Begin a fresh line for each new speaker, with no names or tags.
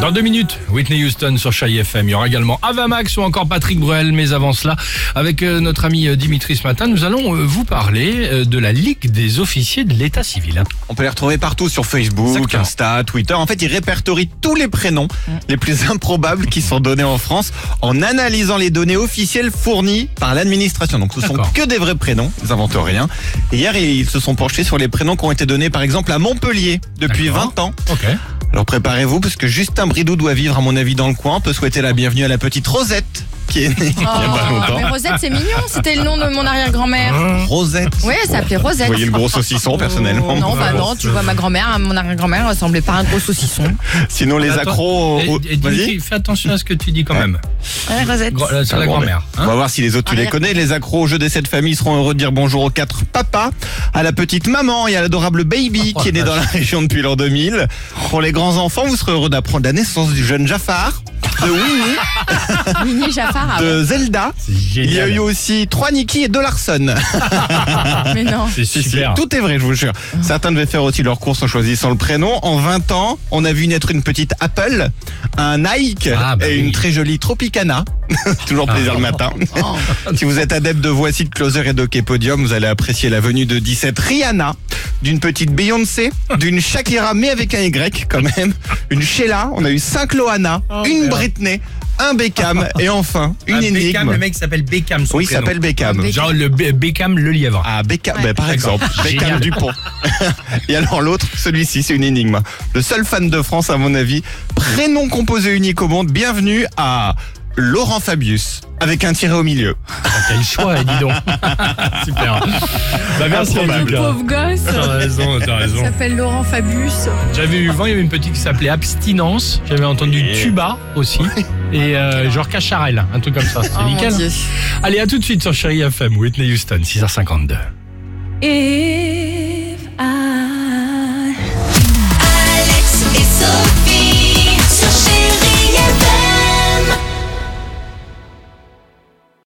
Dans deux minutes, Whitney Houston sur Chai FM. Il y aura également Avamax ou encore Patrick Bruel. Mais avant cela, avec euh, notre ami euh, Dimitri ce matin, nous allons euh, vous parler euh, de la Ligue des officiers de l'état civil.
On peut les retrouver partout sur Facebook,
Exactement. Mm.
Insta, Twitter. En fait, ils répertorient tous les prénoms les plus improbables qui sont donnés en France en analysant les données officielles fournies par l'administration. Donc, ce sont
D'accord.
que des vrais prénoms. Ils inventent rien. Et hier, ils se sont penchés sur les prénoms qui ont été donnés, par exemple, à Montpellier depuis
D'accord.
20 ans.
Ok.
Alors, préparez-vous parce que Justin Bridou doit vivre, à mon avis, dans le coin. On peut souhaiter la bienvenue à la petite Rosette qui est née il y a pas longtemps.
Oh. Ah, mais Rosette, c'est mignon. C'était le nom de mon arrière-grand-mère.
Rosette.
Oui, elle s'appelait
Vous
Rosette.
voyez le gros saucisson, personnellement.
Oh, non, bah non, tu vois, ma grand-mère, hein, mon arrière-grand-mère ressemblait pas à un gros saucisson.
Sinon, les
Attends,
accros.
Et- et
aux- Oh, Vas-y. Ah,
Dimitri, fais attention à ce que tu dis quand même.
Rosette.
Gro- euh, C'est la grand-mère. hein.
ben, On va voir si les autres tu les
Arrière.
connais. Les accros au jeu des sept familles seront heureux de dire bonjour aux quatre papas, à la petite maman et à l'adorable baby
Oh,
qui est né
la
dans la région depuis l'an 2000. Pour les grands enfants, vous serez heureux d'apprendre la naissance du jeune Jafar, de Winnie,
Mini Jafar. ah
de Zelda.
C'est
Il y a
génial.
eu aussi trois Nikki et deux Larson.
ouais. Mais non.
C'est
Si, si,
super.
Tout est vrai, je vous jure. Certains devaient faire aussi leurs courses en choisissant le prénom. En 20 ans, on a vu naître une petite Apple, un Nike
Ah, bah
et
oui. Ah.
une très jolie Tropicana. Toujours plaisir le matin.
Oh.
si vous êtes adepte de Voici, de Closer et de Hockey Podium, vous allez apprécier la venue de 17 Rihanna, d'une petite Beyoncé, d'une Shakira, mais avec un Y quand même, une Sheila, on a eu 5 Loana, une
Oh, merde.
Britney, un Beckham et enfin une
Ah, Beckham,
énigme.
le mec s'appelle Beckham. Son
oui, il
prénom. Ah,
s'appelle Beckham.
Genre le Be- Beckham le lièvre.
Ah, Beckham,
Ouais.
bah, par
D'accord.
exemple, Beckham
Génial.
Dupont. Et alors l'autre, celui-ci, c'est une énigme. Le seul fan de France, à mon avis, prénom composé unique au monde, bienvenue à Laurent Fabius, avec un tiret au milieu.
Ah, Quel choix, eh, dis donc. super. Bah, merci,
Improbable.
Lucas.
Pauvre gosse.
T'as raison, t'as
Il
raison.
s'appelle Laurent Fabius.
J'avais eu vent, il y avait une petite qui s'appelait Abstinence. J'avais entendu
Et-
Tuba aussi. Et euh, genre Cacharel, un truc comme ça. C'est
Oh mon
nickel.
Dieu.
Allez, à tout de suite sur Chéri FM, Whitney Houston, 6h52.
Et...